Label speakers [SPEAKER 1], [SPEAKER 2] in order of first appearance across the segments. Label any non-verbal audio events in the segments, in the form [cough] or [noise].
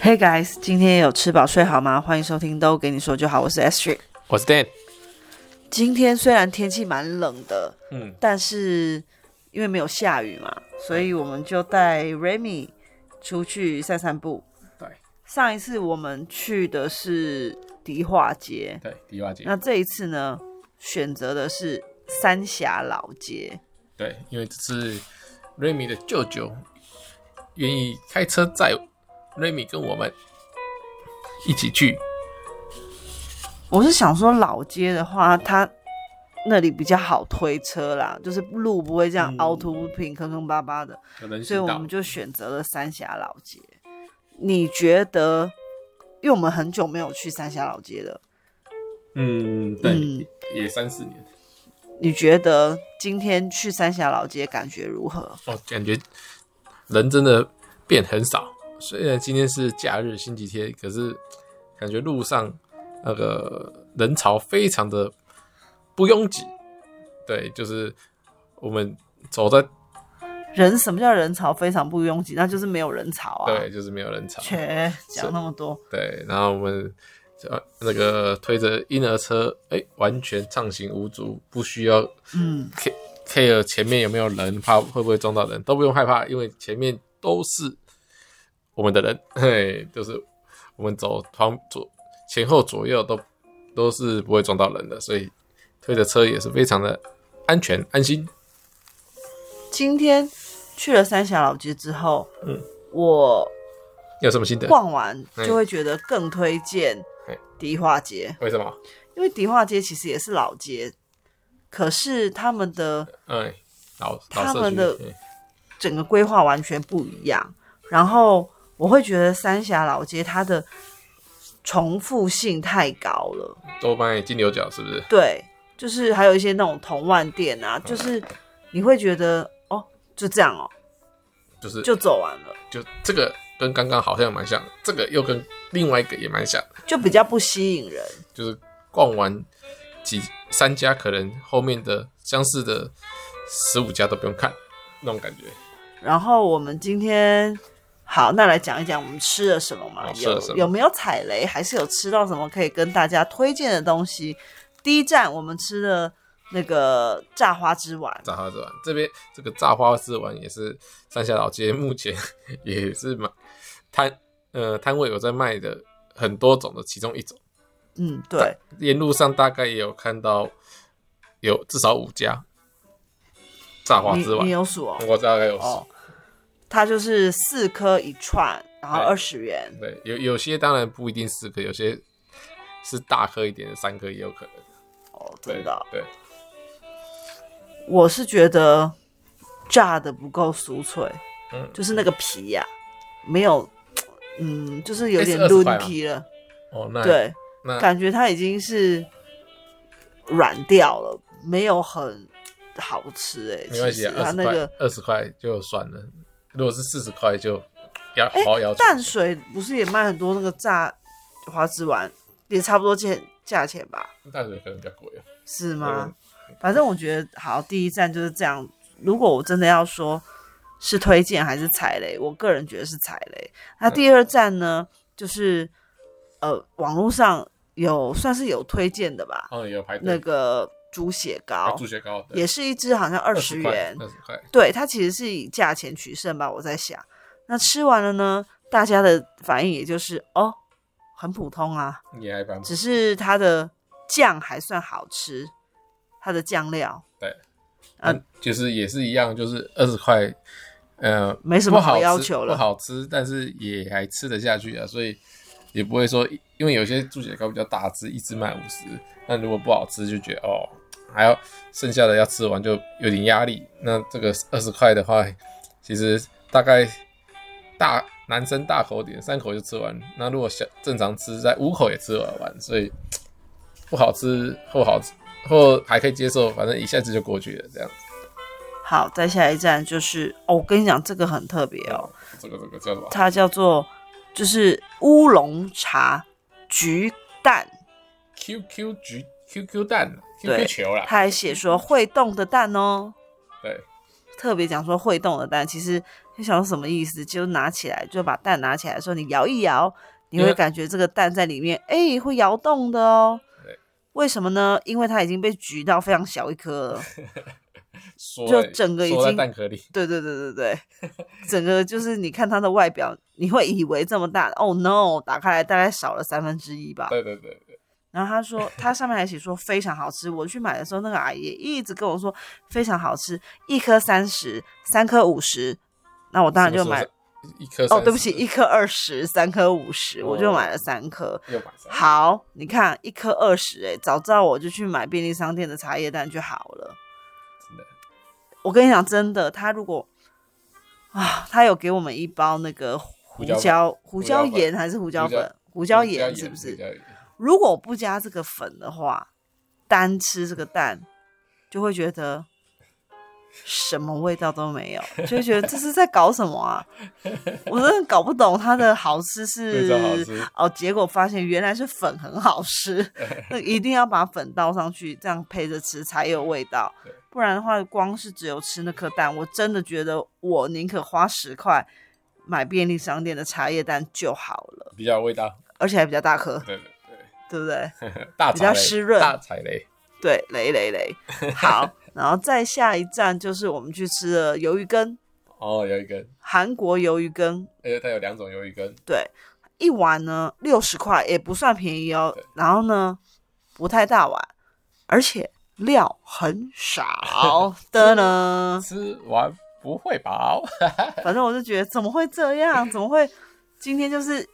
[SPEAKER 1] Hey guys，今天有吃饱睡好吗？欢迎收听都给你说就好，我是 S Street。
[SPEAKER 2] 我是 Dan，
[SPEAKER 1] 今天虽然天气蛮冷的，
[SPEAKER 2] 嗯，
[SPEAKER 1] 但是因为没有下雨嘛，所以我们就带 Remy 出去散散步。
[SPEAKER 2] 对，
[SPEAKER 1] 上一次我们去的是迪化街，
[SPEAKER 2] 对，迪化街
[SPEAKER 1] 那，这一次呢，选择的是三峡老街。
[SPEAKER 2] 对，因为这是瑞米的舅舅愿意开车载瑞米跟我们一起去，
[SPEAKER 1] 我是想说老街的话，它那里比较好推车啦，就是路不会这样
[SPEAKER 2] 嗯
[SPEAKER 1] 凹凸不平、坑坑巴巴的，
[SPEAKER 2] 有人
[SPEAKER 1] 所以
[SPEAKER 2] 行
[SPEAKER 1] 我
[SPEAKER 2] 道
[SPEAKER 1] 们，就选择了三峡老街。你觉得？因为我们很久没有去三峡老街了，
[SPEAKER 2] 嗯，
[SPEAKER 1] 嗯
[SPEAKER 2] 对，也三四年，
[SPEAKER 1] 你觉得今天去三峡老街感觉如何？
[SPEAKER 2] 哦，感觉人真的变很少。虽然今天是假日星期天，可是感觉路上那个人潮非常的不拥挤。对，就是我们走在
[SPEAKER 1] 人什么叫人潮非常不拥挤？那就是没有人潮啊。
[SPEAKER 2] 对，，就是没有人潮。
[SPEAKER 1] 切，讲那么多，
[SPEAKER 2] 对，然后我们呃那个推着婴儿车，哎、完全畅行无阻，不需要
[SPEAKER 1] 嗯，
[SPEAKER 2] care care 前面有没有人，怕会不会撞到人，都不用害怕，因为前面都是我们的人， [laughs] 嘿，就是我们走旁左前后左右都都是不会撞到人的，所以推着车也是非常的安全安心。
[SPEAKER 1] 今天去了三峡老街之后，
[SPEAKER 2] 嗯，
[SPEAKER 1] 我
[SPEAKER 2] 你有什么心得？
[SPEAKER 1] 逛完
[SPEAKER 2] 嗯
[SPEAKER 1] 就会觉得更推荐
[SPEAKER 2] 嗯
[SPEAKER 1] 迪化街，
[SPEAKER 2] 为什么？
[SPEAKER 1] 因为迪化街其实也是老街，可是他们的
[SPEAKER 2] 哎，老老
[SPEAKER 1] 他
[SPEAKER 2] 社
[SPEAKER 1] 们
[SPEAKER 2] 区
[SPEAKER 1] 的
[SPEAKER 2] 哎
[SPEAKER 1] 整个规划完全不一样。然后我会觉得三峡老街它的重复性太高了，
[SPEAKER 2] 都帮你金牛角是不是？
[SPEAKER 1] 对，就是还有一些那种同万店
[SPEAKER 2] 嗯
[SPEAKER 1] 啊，就是你会觉得哦，就这样哦，
[SPEAKER 2] 就是
[SPEAKER 1] 就走完了，
[SPEAKER 2] 就这个跟刚刚好像蛮像，这个又跟另外一个也蛮像，
[SPEAKER 1] 就比较不吸引人。
[SPEAKER 2] 就是逛完几三家，可能后面的相似的十五家都不用看那种感觉。
[SPEAKER 1] 然后我们今天好，那来讲一讲我们吃了什么嘛
[SPEAKER 2] 哦？吃了什
[SPEAKER 1] 有
[SPEAKER 2] 么
[SPEAKER 1] 有没有踩雷？还是有吃到什么可以跟大家推荐的东西？第一站我们吃了那个炸花枝丸，
[SPEAKER 2] 炸花枝丸这边这个炸花枝丸也是三峡老街目前也是蛮摊呃摊位有在卖的很多种的其中一种，
[SPEAKER 1] 嗯，对，
[SPEAKER 2] 沿路上大概也有看到有至少五家炸花
[SPEAKER 1] 你
[SPEAKER 2] 枝丸
[SPEAKER 1] 你，有数哦，
[SPEAKER 2] 我大概有十
[SPEAKER 1] 哦，它就是四颗一串，然后
[SPEAKER 2] 哎
[SPEAKER 1] 二十元，
[SPEAKER 2] 对，有有些当然不一定四颗，有些是大颗一点的，三颗也有可能。
[SPEAKER 1] 哦，
[SPEAKER 2] 对
[SPEAKER 1] 真的哦，
[SPEAKER 2] 对，
[SPEAKER 1] 我是觉得炸的不够酥脆，
[SPEAKER 2] 嗯
[SPEAKER 1] 就是那个皮呀、没有，嗯，就是有
[SPEAKER 2] 这
[SPEAKER 1] 点
[SPEAKER 2] 哎是20块
[SPEAKER 1] 抡
[SPEAKER 2] 吗
[SPEAKER 1] 皮了，
[SPEAKER 2] 哦，那
[SPEAKER 1] 对。
[SPEAKER 2] 那
[SPEAKER 1] 感觉它已经是软掉了，没有很好吃哎、欸。
[SPEAKER 2] 没关系
[SPEAKER 1] 其
[SPEAKER 2] 啊
[SPEAKER 1] 实，
[SPEAKER 2] 二
[SPEAKER 1] 它
[SPEAKER 2] 十
[SPEAKER 1] 那
[SPEAKER 2] 块
[SPEAKER 1] 个，
[SPEAKER 2] 二十块就算了。如果是四十块就要
[SPEAKER 1] 哎
[SPEAKER 2] 好好要求。
[SPEAKER 1] 淡水不是也卖很多那个炸花枝丸，也差不多价价钱吧？
[SPEAKER 2] 淡水可能比较贵啊。
[SPEAKER 1] 是吗？反正我觉得好，第一站就是这样。如果我真的要说是推荐还是踩雷，我个人觉得是踩雷。那第二站呢，就是呃，网络上有算是有推荐的吧，
[SPEAKER 2] 哦，有排队
[SPEAKER 1] 那个猪血
[SPEAKER 2] 啊
[SPEAKER 1] 糕
[SPEAKER 2] 猪，血糕
[SPEAKER 1] 也是一只好像二十元，
[SPEAKER 2] 二十块。嗯
[SPEAKER 1] 对，它其实是以价钱取胜吧，我在想。那吃完了呢，大家的反应也就是哦，很普通啊，
[SPEAKER 2] 也还蛮
[SPEAKER 1] 只是它的酱还算好吃，它的酱料啊
[SPEAKER 2] 嗯，就是也是一样，就是二十块，呃，
[SPEAKER 1] 没什么
[SPEAKER 2] 不好
[SPEAKER 1] 好
[SPEAKER 2] 吃
[SPEAKER 1] 要求了
[SPEAKER 2] 不好吃，但是也还吃得下去啊，所以也不会说，因为有些猪血糕比较大只，一只卖五十，那如果不好吃就觉得哦，还要剩下的要吃完就有点压力。那这个二十块的话，其实大概大男生大口点，三口就吃完，那如果小正常吃，在五口也吃完完，所以不好吃或好吃或还可以接受，反正一下子就过去了这样。
[SPEAKER 1] 好。再下一站就是哦，我跟你讲，这个很特别哦，
[SPEAKER 2] 这个这个叫什么？啊
[SPEAKER 1] 它叫做就是乌龙茶菊蛋，
[SPEAKER 2] QQ 橘 QQ 蛋
[SPEAKER 1] 对
[SPEAKER 2] ，QQ 球啦，
[SPEAKER 1] 它还写说会动的蛋哦。
[SPEAKER 2] 对，
[SPEAKER 1] 特别讲说会动的蛋，其实就想说什么意思？就拿起来，就把蛋拿起来的时候，你摇一摇，你
[SPEAKER 2] 因
[SPEAKER 1] 会
[SPEAKER 2] 为
[SPEAKER 1] 感觉这个蛋在里面，哎、会摇动的哦
[SPEAKER 2] 对。
[SPEAKER 1] 为什么呢？因为它已经被举到非常小一颗了。
[SPEAKER 2] 缩
[SPEAKER 1] 就
[SPEAKER 2] 在
[SPEAKER 1] 整个已
[SPEAKER 2] 缩在
[SPEAKER 1] 经
[SPEAKER 2] 蛋壳里，
[SPEAKER 1] 对对对对对，整个就是你看它的外表，你会以为这么大哦 no，打开来大概少了三分之一吧。
[SPEAKER 2] 对对对对，
[SPEAKER 1] 然后他说，他上面还写说非常好吃。我去买的时候，那个阿姨一直跟我说非常好吃，一颗三十，三颗五十。那我当然啊就买
[SPEAKER 2] 什么时候是一颗
[SPEAKER 1] 哦，对不
[SPEAKER 2] 30
[SPEAKER 1] 起，一颗二十，三颗五十，我
[SPEAKER 2] 哦
[SPEAKER 1] 就买了三颗。
[SPEAKER 2] 又买三，
[SPEAKER 1] 好，你看一颗二十，哎，早知道我就去买便利商店的茶叶蛋就好了。
[SPEAKER 2] 真的
[SPEAKER 1] 我跟你讲，真的，他如果啊，他有给我们一包那个胡
[SPEAKER 2] 椒粉
[SPEAKER 1] 椒胡
[SPEAKER 2] 胡
[SPEAKER 1] 椒
[SPEAKER 2] 椒粉
[SPEAKER 1] 盐还是胡椒
[SPEAKER 2] 胡椒
[SPEAKER 1] 粉？胡椒盐是不是
[SPEAKER 2] 胡？椒盐
[SPEAKER 1] 如果不加这个粉的话，单吃这个蛋，就会觉得什么味道都没有， [laughs] 就会觉得这是在搞什么
[SPEAKER 2] [laughs]
[SPEAKER 1] 啊！我真的搞不懂它的好吃
[SPEAKER 2] 非
[SPEAKER 1] 是
[SPEAKER 2] 常好吃
[SPEAKER 1] 哦，结果发现原来是粉很好
[SPEAKER 2] [laughs]
[SPEAKER 1] 吃，那一定要把粉倒上去，这样配着吃才有味道
[SPEAKER 2] 对。
[SPEAKER 1] 不然的话，光是只有吃那颗蛋，我真的觉得我宁可花十块买便利商店的茶叶蛋就好了，
[SPEAKER 2] 比较有味道，
[SPEAKER 1] 而且还比较大颗，
[SPEAKER 2] 对对对，
[SPEAKER 1] 对不对？
[SPEAKER 2] 大
[SPEAKER 1] 比较
[SPEAKER 2] 踩雷
[SPEAKER 1] 湿润
[SPEAKER 2] 大踩雷，
[SPEAKER 1] 对，雷雷雷。 [laughs] 好，然后再下一站就是我们去吃的鱿鱼羹，
[SPEAKER 2] 哦，有一根，
[SPEAKER 1] 韩国鱿鱼羹，
[SPEAKER 2] 而且它有两种鱿鱼羹，
[SPEAKER 1] 对，一碗呢六十块，也不算便宜哦
[SPEAKER 2] 对。
[SPEAKER 1] 然后呢，不太大碗，而且料很 [laughs] 少的呢。
[SPEAKER 2] 吃完不会饱，
[SPEAKER 1] 反正我就觉得怎么会这样？怎么会今天就是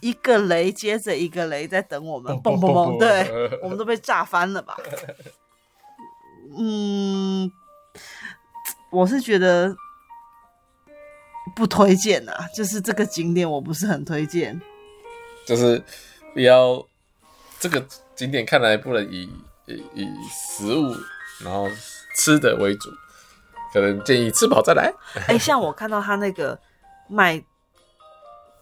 [SPEAKER 1] 一个雷接着一个雷在等我们？ [laughs] 蹦蹦蹦，对。我们都被炸翻了吧？嗯，我是觉得不推荐啊，就是这个景点我不是很推荐。
[SPEAKER 2] 就是比较这个景点看来不能以以以食物然后吃的为主，可能建议吃饱再来。
[SPEAKER 1] 哎、像我看到他那个卖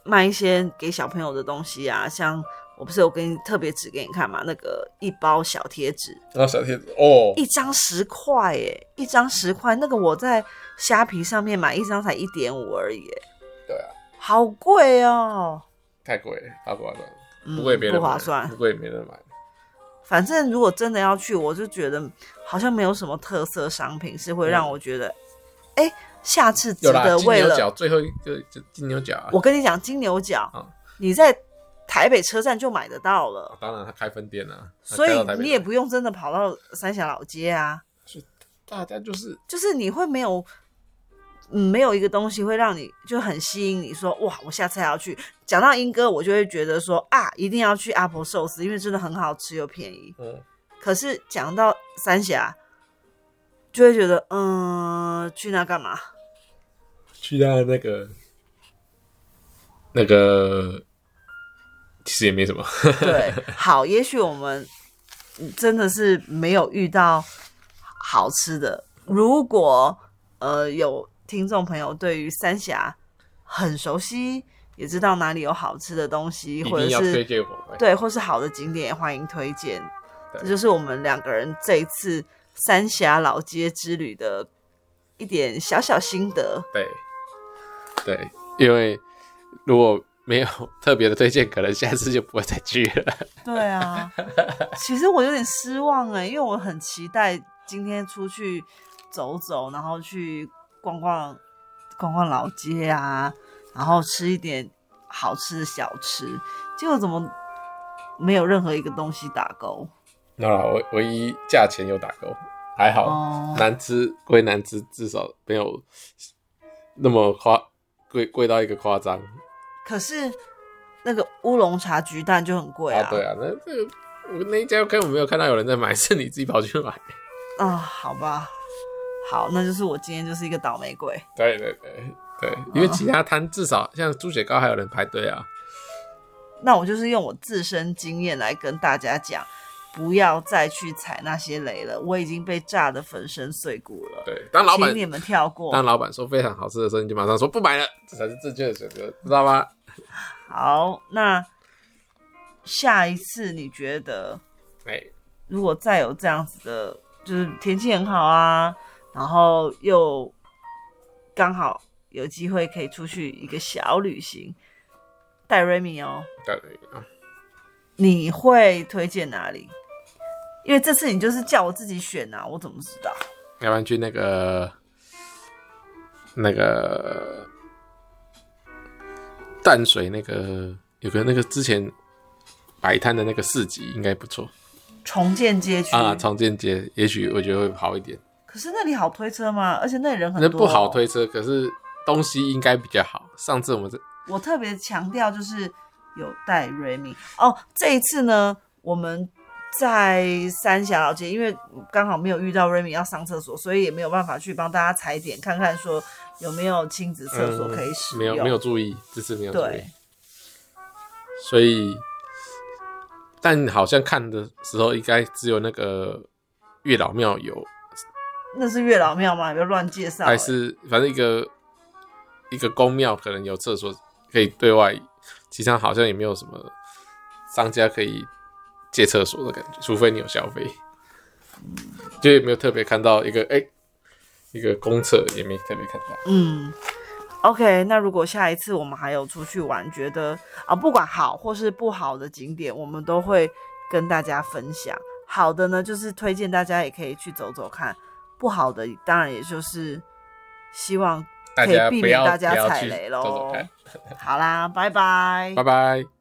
[SPEAKER 1] 卖一些给小朋友的东西啊，像我不是有跟你特别指给你看嘛，那个一包小贴纸，
[SPEAKER 2] 然后小贴纸哦，
[SPEAKER 1] 一张十块，哎，一张十块，那个我在虾皮上面买一张才一点五而已，哎
[SPEAKER 2] 对啊，
[SPEAKER 1] 好贵哦、
[SPEAKER 2] 太贵了，太不划算了，
[SPEAKER 1] 嗯
[SPEAKER 2] 不贵别人
[SPEAKER 1] 不
[SPEAKER 2] 买
[SPEAKER 1] 划算
[SPEAKER 2] 不。贵没人买。
[SPEAKER 1] 反正如果真的要去，我就觉得好像没有什么特色商品是会让我觉得，哎、下次值
[SPEAKER 2] 嗯有啦，
[SPEAKER 1] 得
[SPEAKER 2] 金
[SPEAKER 1] 为
[SPEAKER 2] 牛
[SPEAKER 1] 了
[SPEAKER 2] 角最后一个就金牛角啊，
[SPEAKER 1] 我跟你讲金牛角，
[SPEAKER 2] 嗯
[SPEAKER 1] 你在台北车站就买得到了，
[SPEAKER 2] 当然他开分店啊，他
[SPEAKER 1] 所以
[SPEAKER 2] 开到台北
[SPEAKER 1] 你也
[SPEAKER 2] 来
[SPEAKER 1] 不用真的跑到三峡老街啊，
[SPEAKER 2] 大家就是
[SPEAKER 1] 就是你会没有。嗯，没有一个东西会让你就很吸引你说哇，我下次还要去。讲到英哥，我就会觉得说啊，一定要去阿婆寿司，因为真的很好吃又便宜。
[SPEAKER 2] 嗯，
[SPEAKER 1] 可是讲到三峡，就会觉得，嗯，去那干
[SPEAKER 2] [laughs]
[SPEAKER 1] 嘛？
[SPEAKER 2] 去到那个那个，其实也没什么，
[SPEAKER 1] 对，好，也许我们嗯真的是没有遇到好吃的。如果呃有听众朋友对于三峡很熟悉，也知道哪里有好吃的东西，
[SPEAKER 2] 一
[SPEAKER 1] 或
[SPEAKER 2] 定
[SPEAKER 1] 者
[SPEAKER 2] 要推
[SPEAKER 1] 是
[SPEAKER 2] 荐我们。
[SPEAKER 1] 对，或是好的景点，也欢迎推荐。
[SPEAKER 2] 对
[SPEAKER 1] 这就是我们两个人这一次三峡老街之旅的一点小小心得。
[SPEAKER 2] 对，对，因为如果没有特别的推荐，可能下次就不会再去 [laughs] 了。
[SPEAKER 1] 对啊，其实我有点失望哎、因为我很期待今天出去走走，然后去逛逛逛逛老街啊，然后吃一点好吃的小吃，结果怎么没有任何一个东西打勾？
[SPEAKER 2] 那啦唯唯一价钱有打勾，还好，
[SPEAKER 1] 哦
[SPEAKER 2] 难吃归难吃，至少没有那么夸贵贵到一个夸张
[SPEAKER 1] 可是那个乌龙茶菊蛋就很贵
[SPEAKER 2] 对啊，那这个我那一家根本没有看到有人在买，是你自己跑去买。
[SPEAKER 1] 啊，好吧，好，那就是我今天就是一个倒霉鬼。
[SPEAKER 2] [laughs] 对对对对，因为其他摊至少像猪血糕还有人排队啊。
[SPEAKER 1] 那我就是用我自身经验来跟大家讲，不要再去踩那些雷了。我已经被炸得粉身碎骨了，
[SPEAKER 2] 对，当老板
[SPEAKER 1] 请你们跳过。
[SPEAKER 2] 当老板说非常好吃的时候，你就马上说不买了，这才是正确的选择，知道吗？
[SPEAKER 1] 好，那下一次你觉得，
[SPEAKER 2] 哎，
[SPEAKER 1] 如果再有这样子的，就是天气很好啊，然后又刚好有机会可以出去一个小旅行，带瑞米哦，
[SPEAKER 2] 大概一样
[SPEAKER 1] 你会推荐哪里？因为这次你就是叫我自己选啊，我怎么知道？
[SPEAKER 2] 要不然去那个那个淡水那个有个那个之前摆摊的那个市集应该不错
[SPEAKER 1] 重建街区
[SPEAKER 2] 啊，常见街也许我觉得会好一点，
[SPEAKER 1] 可是那里好推车吗？而且那里人很
[SPEAKER 2] 那
[SPEAKER 1] 多，
[SPEAKER 2] 不好。推车，可是东西应该比较好。上次我们在
[SPEAKER 1] 我特别强调就是有带瑞米哦。这一次呢，我们在三峡老街，因为刚好没有遇到瑞米要上厕所，所以也没有办法去帮大家踩点看看说有没有亲子厕所可以使
[SPEAKER 2] 呃嗯没
[SPEAKER 1] 用。
[SPEAKER 2] 有没有注意，这次没有注意
[SPEAKER 1] 对，，
[SPEAKER 2] 所以但好像看的时候应该只有那个月老庙有
[SPEAKER 1] 那是月老庙吗？不要乱介绍、欸
[SPEAKER 2] 还是反正一个一个公庙可能有厕所可以对外，其他好像也没有什么商家可以借厕所的感觉，除非你有消费，就也没有特别看到一个哎、一个公厕也没特别看到。
[SPEAKER 1] 嗯，OK，那如果下一次我们还有出去玩，觉得啊不管好或是不好的景点，我们都会跟大家分享。好的呢，就是推荐大家也可以去走走看；不好的，当然也就是希望
[SPEAKER 2] 大
[SPEAKER 1] 可以
[SPEAKER 2] 家
[SPEAKER 1] 避
[SPEAKER 2] 不
[SPEAKER 1] 免
[SPEAKER 2] 要
[SPEAKER 1] 大
[SPEAKER 2] 不
[SPEAKER 1] 家
[SPEAKER 2] 要
[SPEAKER 1] 踩
[SPEAKER 2] 去
[SPEAKER 1] 雷
[SPEAKER 2] 走走
[SPEAKER 1] 喽
[SPEAKER 2] 看。
[SPEAKER 1] 好啦，拜拜
[SPEAKER 2] 拜拜。